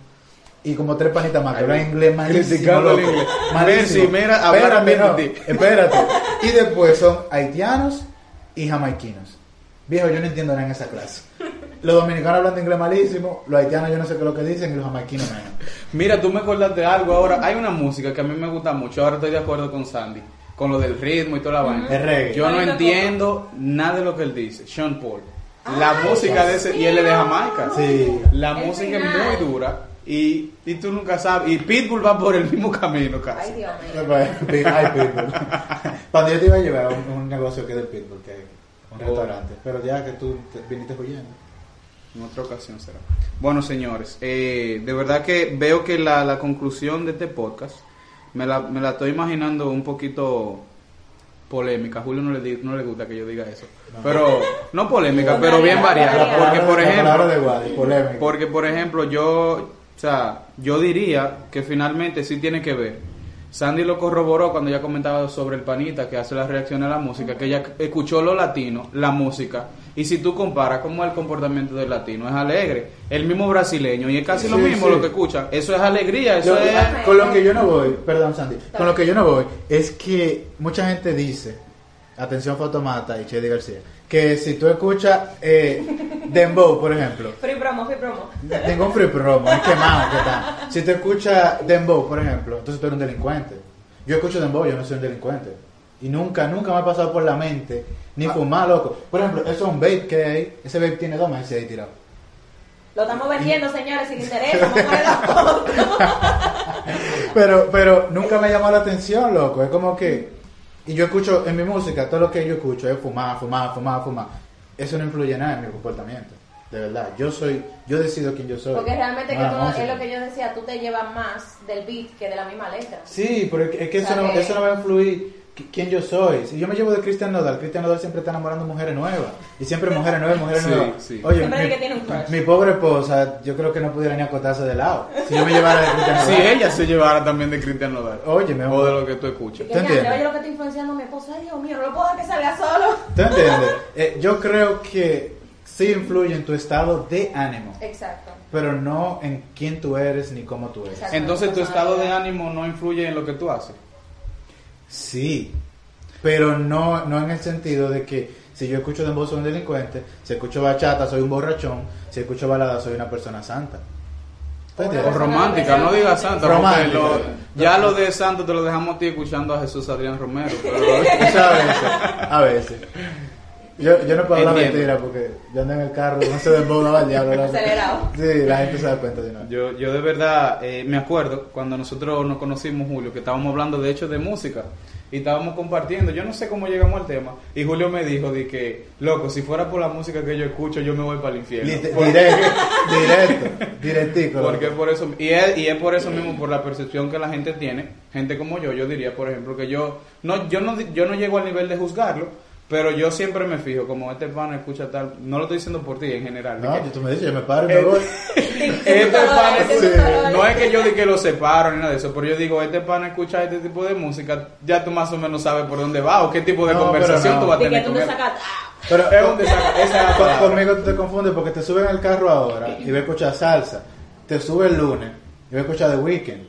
S1: y como tres panitas más que
S4: Ahí
S1: hablan
S4: va.
S1: inglés malísimo.
S4: Criticando el
S1: loco,
S4: inglés.
S1: malísimo.
S4: Messi, mira, hablar
S1: espérate,
S4: bien
S1: no,
S4: de ti.
S1: espérate. Y después son haitianos y jamaiquinos. Viejo, yo no entiendo nada en esa clase. Los dominicanos hablando inglés malísimo, los haitianos yo no sé qué es lo que dicen y los jamaiquinos menos.
S4: Mira, tú me acordaste de algo ahora. Hay una música que a mí me gusta mucho. Ahora estoy de acuerdo con Sandy. Con lo del ritmo y toda la vaina.
S1: El reggae.
S4: Yo no
S5: Ay, loco.
S4: entiendo nada de lo que él dice. Sean Paul. La
S3: Ay,
S4: música de
S1: Dios
S4: ese. Y él es de
S5: mío.
S4: Jamaica.
S1: Sí.
S4: La
S3: El
S4: música
S3: final.
S4: es muy dura. Y, y tú nunca sabes. Y Pitbull va por el mismo camino casi.
S3: Ay, Dios mío.
S1: Ay, Pitbull. Cuando yo te iba a llevar a un, un negocio que es del Pitbull, que es un
S4: Oh.
S1: restaurante. Pero ya que tú te- viniste huyendo.
S4: En otra ocasión será. Bueno, señores, eh, de verdad que veo que la, la conclusión de este podcast me la, me la estoy imaginando un poquito polémica. A Julio no le, di- no le gusta que yo diga eso.
S1: No.
S4: Pero, no polémica,
S3: No,
S4: pero bien
S3: variada, variada.
S4: variada. Porque, por
S1: La palabra de
S4: ejemplo,
S1: Wadi, polémica.
S4: porque, por ejemplo, yo, o sea, yo diría que finalmente sí tiene que ver. Sandy lo corroboró cuando ya comentaba sobre el panita que hace la reacción a la música, que ella escuchó lo latino, la música, y si tú comparas cómo es el comportamiento del latino, es alegre. El mismo brasileño, y es casi lo
S1: Sí,
S4: mismo
S1: sí.
S4: lo que escuchan. Eso es alegría, eso
S1: Lo-
S4: es...
S1: con lo que yo no voy, perdón Sandy, con lo que yo no voy es que mucha gente dice, atención Fotomata y Chedi García, que si tú escuchas eh, Dembow, por ejemplo,
S5: Free promo, free promo.
S1: tengo un free promo, es quemado que está. Si tú escuchas Dembow, por ejemplo, entonces tú eres un delincuente. Yo escucho Dembow, yo no soy un delincuente. Y nunca, nunca me ha pasado por la mente ni
S4: Ah.
S1: fumar, loco. Por ejemplo, eso es un vape que hay ahí, ese vape tiene dos meses ahí tirado.
S3: Lo estamos vendiendo, señores, sin interés, como puedo.
S1: Pero, pero nunca me llamó la atención, loco. Es como que. Y yo escucho en mi música, todo lo que yo escucho es fumar, fumar, fumar, fumar. Eso no influye nada en mi comportamiento. De verdad, yo soy, yo decido quién yo soy.
S3: Porque realmente
S1: no
S3: que
S1: la
S3: tú,
S1: música.
S3: es lo que yo decía, tú te llevas más del beat que de la misma letra.
S1: Sí, pero es que- es que
S3: O
S1: eso
S3: sea,
S1: no,
S3: que-
S1: eso no va a influir qui- quién yo soy. Si yo me llevo de Cristian Nodal, Cristian Nodal siempre está enamorando mujeres nuevas. Y siempre mujeres nuevas, mujeres
S4: Sí,
S1: nuevas.
S4: sí.
S1: Oye,
S5: Siempre
S1: mi,
S5: que tiene un crush.
S1: mi pobre esposa, yo creo que no pudiera ni acotarse de lado. Si yo me llevara de Cristian Nodal.
S4: Si ella se llevara también de Cristian Nodal.
S1: Oye, mi
S4: O
S1: amor.
S4: de lo que tú escuchas.
S3: Que ya,
S1: entiendes?
S3: oye lo que está influenciando mi esposo. Ay, Dios mío, no lo puedo dejar que salga solo.
S1: ¿Tú entiendes? Eh, yo creo que sí influye en tu estado de ánimo,
S3: Exacto.
S1: pero no en quién tú eres ni cómo tú eres.
S3: Exacto.
S4: Entonces tu estado de ánimo no influye en lo que tú haces.
S1: Sí, pero no, no en el sentido de que si yo escucho dembow soy un delincuente, si escucho bachata soy un borrachón, si escucho balada soy una persona santa. ¿Tú
S4: O
S1: entiendes?
S4: romántica, no digas santa. porque
S1: Romántica.
S4: lo- ya lo de santo te lo dejamos a ti escuchando a Jesús Adrián Romero. pero-
S1: Eso a veces, a veces. Yo, yo no puedo hablar
S4: Entiendo.
S1: mentira porque yo ando en el carro, no se dembow, daba el diablo. la-
S3: Acelerado.
S1: Sí, la gente se da cuenta de una vez.
S4: Yo, yo de verdad eh, me acuerdo cuando nosotros nos conocimos, Julio, que estábamos hablando de hecho de música y estábamos compartiendo. Yo no sé cómo llegamos al tema. Y Julio me dijo de que, loco, si fuera por la música que yo escucho, yo me voy para el infierno.
S1: Lite-
S4: Por-
S1: Directo, directo, directico.
S4: porque
S1: loco.
S4: por eso, y es, y es por eso mismo, por la percepción que la gente tiene, gente como yo, yo diría, por ejemplo, que yo no, yo no, di- yo no llego al nivel de juzgarlo, pero yo siempre me fijo, como este pana escucha tal, no lo estoy diciendo por ti en general. de
S1: No,
S4: que-
S1: tú me dices, yo me paro y me voy.
S4: este pana
S1: ese
S4: escucha-
S1: color.
S4: no es que yo diga que lo separo ni nada de eso, pero yo digo, este pana escucha este tipo de música, ya tú más o menos sabes por dónde va o qué tipo de
S1: No, pero
S4: conversación
S1: no.
S4: tú vas a
S5: De que
S4: tener
S5: tú
S4: con
S5: te
S4: él.
S5: sacas.
S3: ah,
S1: Pero
S4: Es un desac- esa es la
S1: con-
S4: palabra.
S1: conmigo tú te confundes porque te suben al carro ahora y voy a escuchar salsa. Te sube el lunes y voy a escuchar The Weeknd.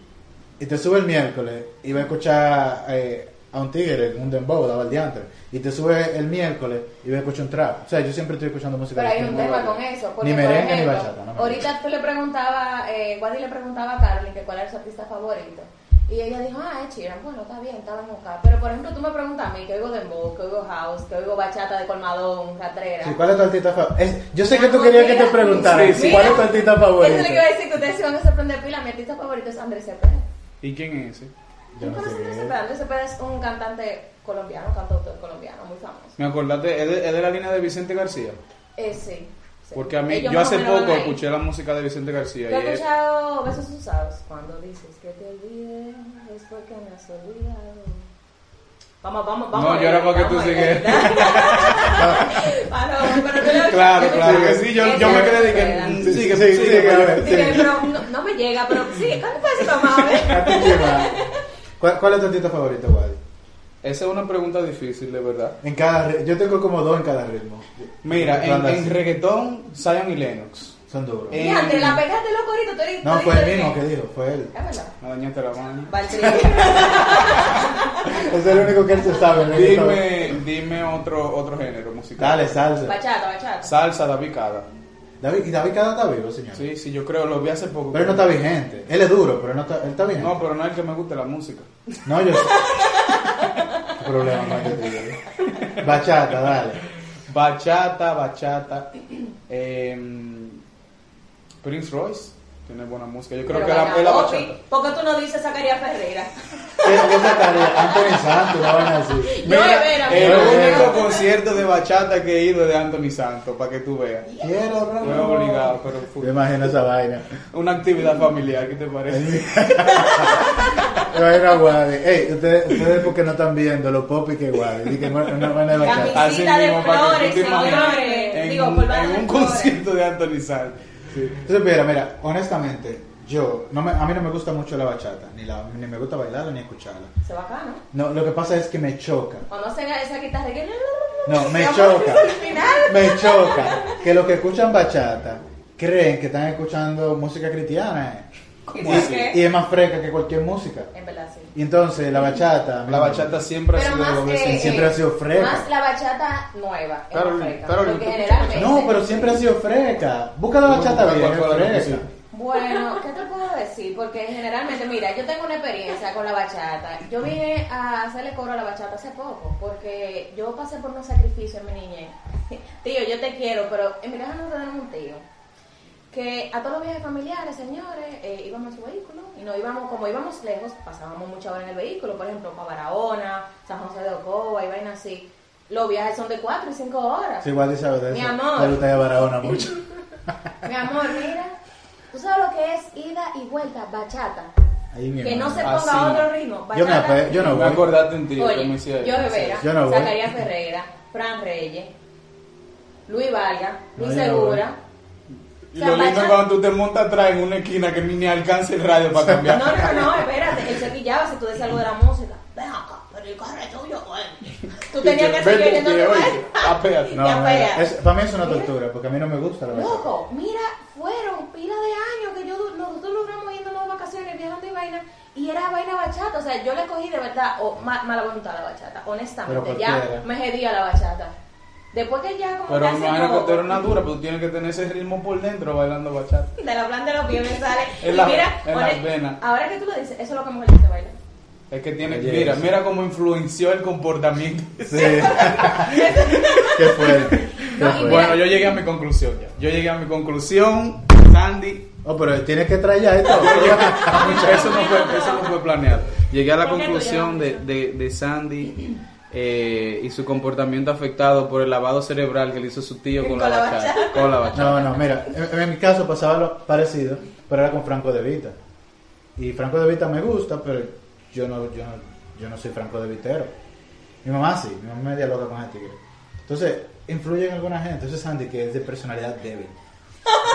S1: Y te sube el miércoles y voy a escuchar eh, a un tigre, un dembow, daba el diantre. Y te sube el miércoles y voy a escuchar un trap. O sea, yo siempre estoy escuchando música.
S3: Pero hay un
S1: distinta.
S3: tema con eso. Porque,
S1: Ni
S3: por
S1: merengue ni
S3: ejemplo,
S1: bachata. no me
S3: ahorita tú le preguntaba, eh, Wadi le preguntaba a Carolyn que cuál era su artista favorito. Y ella dijo, ah, es Sheeran. Bueno, está bien, estaba enfocada. Pero, por ejemplo, tú me preguntas a mí que oigo dembow, que oigo house, que oigo bachata de colmadón, ratrera.
S1: Sí, ¿Cuál es tu artista favorito? Yo sé que tú
S3: Ah,
S1: querías que
S3: mira,
S1: te preguntara.
S4: sí, sí.
S1: ¿Cuál es tu artista favorito?
S3: Eso es lo que iba a decir, que ustedes se van a sorprender pila. Mi artista favorito es Andrés Cepeda.
S4: ¿Y quién es ese?
S1: Yo no
S3: ¿Tú
S1: sé
S3: conoces a Andrés
S1: qué es.
S3: Cepeda? Andrés Cepeda es un cantante colombiano, cantautor colombiano, muy famoso.
S4: Me acordaste, es de, es de la línea de Vicente García.
S3: Eh, sí, sí.
S4: Porque a mí,
S3: Ellos
S4: yo
S3: más o
S4: hace
S3: menos van
S4: poco
S3: ahí.
S4: escuché la música de Vicente García.
S3: Yo he
S4: y es-
S3: escuchado besos usados. Cuando dices que te olvidé, es porque me has olvidado. Vamos, vamos, vamos.
S4: No, yo era para que tú sigues.
S3: ah, no, pero tú le-
S4: Claro,
S3: yo me-
S4: claro que sí, yo, yo me quedé de
S3: Esa
S4: que... mm,
S3: es
S4: Sí,
S1: Sí,
S4: que
S1: sí,
S4: sí,
S1: sí,
S4: que-
S1: claro.
S3: Sí, pero no, no me llega, pero sí, ¿cuánto fue eso, mamá?
S1: A ti, Chema, ¿Cuál, cuál es tu artista favorito, Wadi?
S4: Esa es una pregunta difícil, de verdad.
S1: En cada ri- yo tengo como dos en cada ritmo.
S4: Mira, en,
S1: Bandas.
S4: en reggaetón, Zion y Lennox.
S1: Son duros.
S4: Eh,
S3: Y antes la pegaste loco ahorita, tú eres.
S1: no,
S3: tú
S1: fue
S3: eres-
S1: él mismo que dijo, fue él.
S3: Es verdad.
S4: Me dañaste la mano.
S3: Valkyrie.
S1: Es el único que él se sabe. ¿no?
S4: Dime, dime otro, otro género musical.
S1: Dale, salsa.
S3: bachata, bachata.
S4: Salsa David Cada.
S1: David, y David Cada está vivo, señor.
S4: Sí, sí, yo creo, lo vi hace poco.
S1: Pero él no está vigente. Él es duro, pero no está, él está vigente.
S4: No, pero no es el que me guste la música.
S1: No, yo sé. ¿Qué problema más que tuyo? Bachata, dale.
S4: Bachata, bachata. em, Prince Royce tiene buena música. Yo creo
S3: Pero
S4: que la, es la
S3: bailando,
S4: bachata.
S3: Opi, ¿Por qué tú no dices Zacarías Ferreira?
S1: ¿Qué, qué sacaría? Anthony Santos, la van a decir.
S3: Yo de veras,
S4: el
S1: yo de
S4: único
S1: veras.
S4: concierto de bachata que he ido de Anthony Santos, para que tú veas.
S1: Quiero,
S4: Fue
S1: bro.
S4: obligado, pero
S1: Me
S4: fue
S1: imagino esa vaina.
S4: una actividad familiar, ¿qué te parece?
S1: Era Wadi. Ey, ustedes, ustedes porque no están viendo los popis que Wadi. Dije, no, no, no, no, bachata.
S4: Así
S3: Camisita de
S4: mismo, para que tú
S3: flores,
S4: te imagines,
S3: señores.
S4: en,
S3: Digo,
S4: un-
S3: colgada
S4: en
S3: de
S4: un
S3: flores.
S4: concierto de Anthony Santos. Sí.
S1: Entonces, mira, mira, honestamente, yo, no me- a mí no me gusta mucho la bachata, ni, la, ni me gusta bailarla ni escucharla.
S3: Se va acá, ¿no?
S1: No, lo que pasa es que me choca.
S3: Cuando hacen esa guitarra que.
S1: No, me
S3: Se va
S1: choca.
S3: al final.
S1: Me choca que los que escuchan bachata creen que están escuchando música cristiana. eh.
S3: ¿Y
S1: Y,
S3: por qué?
S1: y es más fresca que cualquier música.
S3: En verdad, sí.
S1: Y entonces la bachata,
S4: La bachata siempre ha
S3: Pero
S4: sido
S3: más
S4: lo
S3: que.
S4: que
S1: Siempre
S3: eh,
S1: ha sido fresca.
S3: Más la bachata nueva. es
S4: Carol,
S3: más fresca,
S4: Carol,
S3: porque
S4: ¿tú escuchas
S3: generalmente.
S1: No, pero siempre ha sido fresca. Busca la bachata
S4: Busca
S1: bien,
S4: cuál fue la que
S1: fresca.
S4: sí.
S3: Bueno, ¿qué te puedo decir? Porque generalmente, mira, yo tengo una experiencia con la bachata. Yo vine a hacerle coro a la bachata hace poco, porque yo pasé por un sacrificio en mi niñez. Tío, yo te quiero, pero en mi casa no tenemos un tío. Que a todos los viajes familiares, señores, eh, íbamos en su vehículo y no íbamos, como íbamos lejos, pasábamos mucha hora en el vehículo, por ejemplo, para Barahona, San José de Ocoa y vainas así. Los viajes son de 4 y 5 horas.
S1: Sí, Wadi sabe de eso.
S3: Mi amor.
S1: Le gusta ir a Barahona mucho.
S3: Mi amor, mira, tú sabes lo que es ida y vuelta, bachata.
S1: Ahí mi
S3: Que no
S1: hermano.
S3: se ponga
S4: Así.
S3: otro ritmo.
S1: Ah, Yo me
S3: Bachata.
S1: ape- yo no
S4: Me
S1: voy.
S4: acordaste un tío que me
S3: Oye,
S4: hicieron.
S3: yo Rivera,
S1: Yo no voy.
S3: Zacarías Ferreira, Fran Reyes, Luis Vargas,
S1: No,
S3: Luis
S1: yo no
S3: Segura.
S4: Y lo lindo es cuando tú te montas atrás en una esquina que ni, ni alcanza el radio para
S3: No,
S4: cambiar.
S3: no, no, no, espérate, él se quillaba si tú decías algo de la música. Ven acá, pero el carro es tuyo, coño. Tú tenías que seguir
S4: Vete,
S3: viendo
S4: tío,
S3: tu
S4: oye, apéate.
S1: No,
S3: Ya
S1: no,
S3: fea.
S1: no. Es- para mí es una
S3: Mira.
S1: tortura, porque a mí no me gusta la bachata.
S3: Loco, mira, fueron pila de años que yo, du- nosotros logramos irnos de vacaciones, viajando y vaina, y era vaina bachata. O sea, yo le cogí de verdad o, ma- mala voluntad a la bachata, honestamente.
S1: Pero
S3: Ya
S1: cualquiera.
S3: me jedí a la bachata. Después que ya como
S4: Pero
S3: que
S4: me
S3: hace
S4: imagino que
S3: como-
S4: tú eres una dura, pero tú tienes que tener ese ritmo por dentro bailando bachata.
S3: De la planta de los pies me sale.
S4: En
S3: y
S4: la-
S3: mira,
S4: en
S3: pone-
S4: las venas.
S3: ahora que tú lo dices, eso es lo que mejor te baila.
S4: Es que tiene
S1: Oye,
S4: mira,
S1: sí.
S4: mira cómo influenció el comportamiento.
S1: Sí. Qué fuerte. Qué
S3: No, y
S1: fuerte.
S3: mira-
S4: Bueno, yo llegué a mi conclusión ya. Yo llegué a mi conclusión, Sandy.
S1: Oh, pero tienes que traer ya esto.
S4: Eso no fue, eso no fue planeado. Llegué a la
S5: ¿Por qué tú
S4: conclusión de,
S5: llegas
S4: de, de Sandy eh, y su comportamiento afectado por el lavado cerebral que le hizo su tío con, la, bachata. Con la bachata.
S1: No, no, mira, en, en mi caso pasaba lo parecido, pero era con Franco De Vita. Y Franco De Vita me gusta, pero yo no, yo no, yo no soy Franco De Vitero. Mi mamá sí, mi mamá me dialoga con ese tigre. Entonces, influye en alguna gente. Entonces, Sandy, que es de personalidad débil.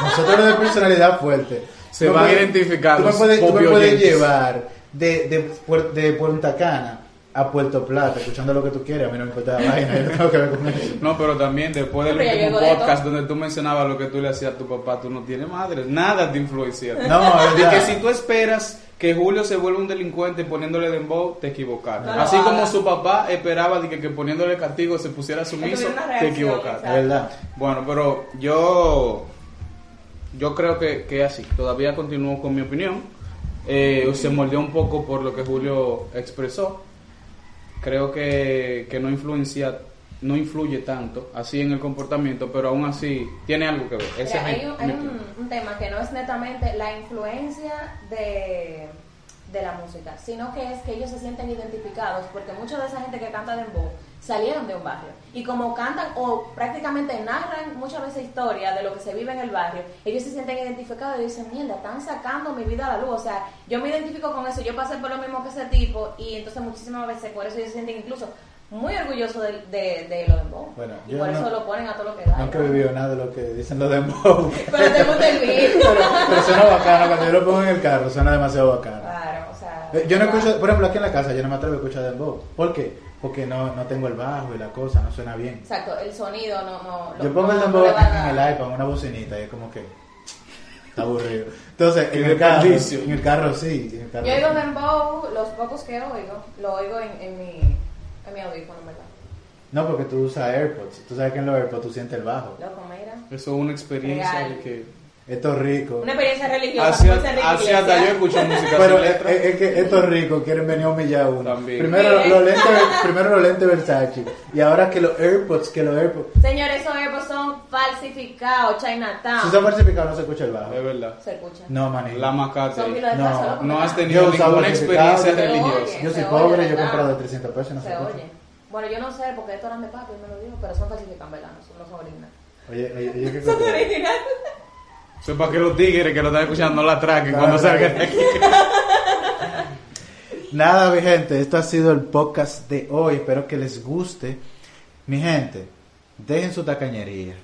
S1: Nosotros de personalidad fuerte.
S4: Se
S1: Tú me
S4: van
S1: puedes-
S4: identificando
S1: Tú me puedes, tú me
S4: popio
S1: puedes
S4: oyentes.
S1: llevar de, de, Puer- de Punta Cana a Puerto Plata, escuchando lo que tú quieras. A mí no me importa la vaina, yo no tengo que ver con eso.
S4: No, pero también después del
S3: Pero ya
S4: último
S3: llegó de
S4: podcast donde tú mencionabas lo que tú le hacías a tu papá, tú no tienes madre, nada te influencia.
S1: No, es
S4: De que
S1: verdad.
S4: si tú esperas que Julio se vuelva un delincuente poniéndole dembow, te equivocaste.
S3: No lo
S4: Así como
S3: hagas.
S4: su papá esperaba de que, que poniéndole castigo se pusiera
S3: Que
S4: sumiso,
S3: tuviera una
S4: te
S3: reacción,
S4: equivocaste.
S1: Es verdad.
S4: Bueno, pero yo yo creo que, que así. Todavía continúo con mi opinión. Eh, se moldeó un poco por lo que Julio expresó. Creo que, que no influencia, no influye tanto así en el comportamiento, pero aún así tiene algo que ver. Ese
S3: Mira, hay
S4: es mi-
S3: un,
S4: mi
S3: hay
S4: opinión.
S3: un, un tema que no es netamente la influencia de, de la música, sino que es que ellos se sienten identificados porque mucha de esa gente que canta dembow salieron de un barrio y como cantan o prácticamente narran muchas veces historias de lo que se vive en el barrio, ellos se sienten identificados y dicen, mierda, están sacando mi vida a la luz, o sea, yo me identifico con eso, yo pasé por lo mismo que ese tipo y entonces muchísimas veces por eso ellos se sienten incluso muy orgullosos de, de, de lo dembow
S1: Bueno,
S3: y
S1: yo
S3: por
S1: no-
S3: eso lo ponen a todo lo que da.
S1: Nunca he vivido nada de lo que dicen los dembow.
S3: Pero te gusta el beat.
S1: Pero, pero suena bacano, cuando yo lo pongo en el carro suena demasiado bacano.
S3: Claro, o sea.
S1: Eh, Yo no escucho, por ejemplo, aquí en la casa yo no me atrevo a escuchar dembow. ¿Por qué? Porque no, no tengo el bajo y la cosa, no suena bien.
S3: Exacto, el sonido no. no lo-
S1: Yo pongo el
S3: no- no
S1: dembow
S3: le va a
S1: en el
S3: dar.
S1: iPhone, una bocinita, y es como que Está aburrido. Entonces, en
S4: Qué
S1: el carro,
S4: desperdicio.
S1: en el carro sí. En el carro,
S3: Yo oigo
S1: sí.
S3: dembow, los pocos que oigo, lo oigo en, en mi, en mi audífono, en ¿verdad?
S1: No, porque tú usas AirPods. Tú sabes que en los AirPods tú sientes el bajo.
S3: Loco, mira.
S4: Eso es una experiencia
S3: Real.
S4: que...
S1: Esto es rico.
S3: Una experiencia religiosa.
S4: Así,
S3: como dice Enrique
S4: así hasta yo
S3: Iglesias.
S4: escucho música
S1: Pero
S4: sin
S1: es,
S4: letra.
S1: es- es que estos ricos quieren venir a humillar a uno.
S4: También.
S1: Primero
S3: Sí.
S1: los, lentes, primero los lentes Versace. Y ahora que los AirPods, que los AirPods.
S3: Señores, esos AirPods son falsificados,
S1: Si
S3: Chinatown.
S1: son falsificados, no se escucha el bajo.
S4: Es verdad.
S3: Se escucha.
S1: No, maní.
S4: Eh, La macate.
S3: Son kilos de
S1: No, este
S3: paso, loco,
S4: No has
S3: ¿verdad?
S4: tenido
S1: Yo usaba
S4: ninguna
S1: certificado,
S4: experiencia
S1: yo-
S4: religiosa.
S1: Yo soy
S3: Se
S1: pobre,
S3: oye,
S1: yo he
S3: ¿verdad?
S1: comprado de 300 pesos y no se,
S3: Se
S1: escucha.
S3: oye. Bueno, yo no sé porque estos eran de papi, él me lo dijo, pero son falsificados, ¿verdad? No son, no son originales.
S1: Oye, oye, oye, ¿qué
S3: Son
S1: cosa?
S3: originales.
S4: Eso es para que los tigres que lo están escuchando no la traquen
S1: No,
S4: cuando
S1: no,
S4: salgan
S1: no.
S4: de aquí.
S1: Nada, mi gente, esto ha sido el podcast de hoy. Espero que les guste. Mi gente, dejen su tacañería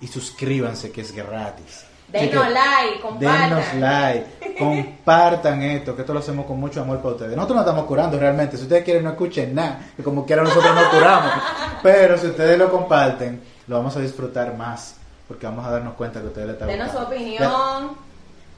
S1: y suscríbanse que es gratis.
S3: Denos
S1: Así que,
S3: like, compartan.
S1: Denos like, compartan esto, que esto lo hacemos con mucho amor para ustedes. Nosotros no estamos curando realmente. Si ustedes quieren, no escuchen nada, que como quieran nosotros no curamos. Pero si ustedes lo comparten, lo vamos a disfrutar más, porque vamos a darnos cuenta que a ustedes les está
S3: Denos su
S1: gustando.
S3: opinión.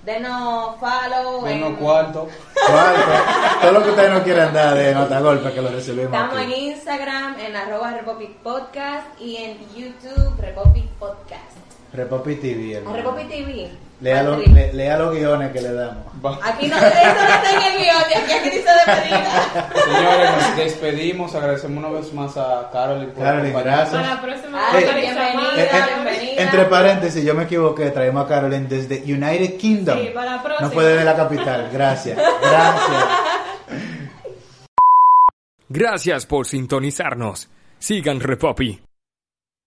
S3: Denos follow. en-
S4: Menos cuarto.
S1: Cuarto, todo lo que ustedes no quieran dar de nota golpe que lo recibimos.
S3: Estamos
S1: aquí.
S3: en Instagram, en arroba Repopic Podcast y en YouTube Repopic Podcast.
S1: Repopi TV, hermano.
S3: A Repopic TV.
S1: Lea, los-
S3: Patrick.
S1: le- lea los guiones que le damos.
S4: Va.
S3: Aquí no, esto no está en el guión, de aquí, aquí dice de Medina.
S4: Señores, nos despedimos. Agradecemos una vez más a Carolyn por
S1: Carolyn,
S4: acompañarnos.
S1: gracias.
S5: Para la próxima.
S3: Ah,
S5: vez
S1: eh,
S5: organizamos.
S3: eh, eh,
S5: Bienvenida.
S1: Entre paréntesis, yo me equivoqué, traemos a Carolyn desde United Kingdom.
S5: Sí, para la próxima.
S1: No fue desde la capital, gracias. Gracias.
S2: Gracias por sintonizarnos. Sigan Repopi.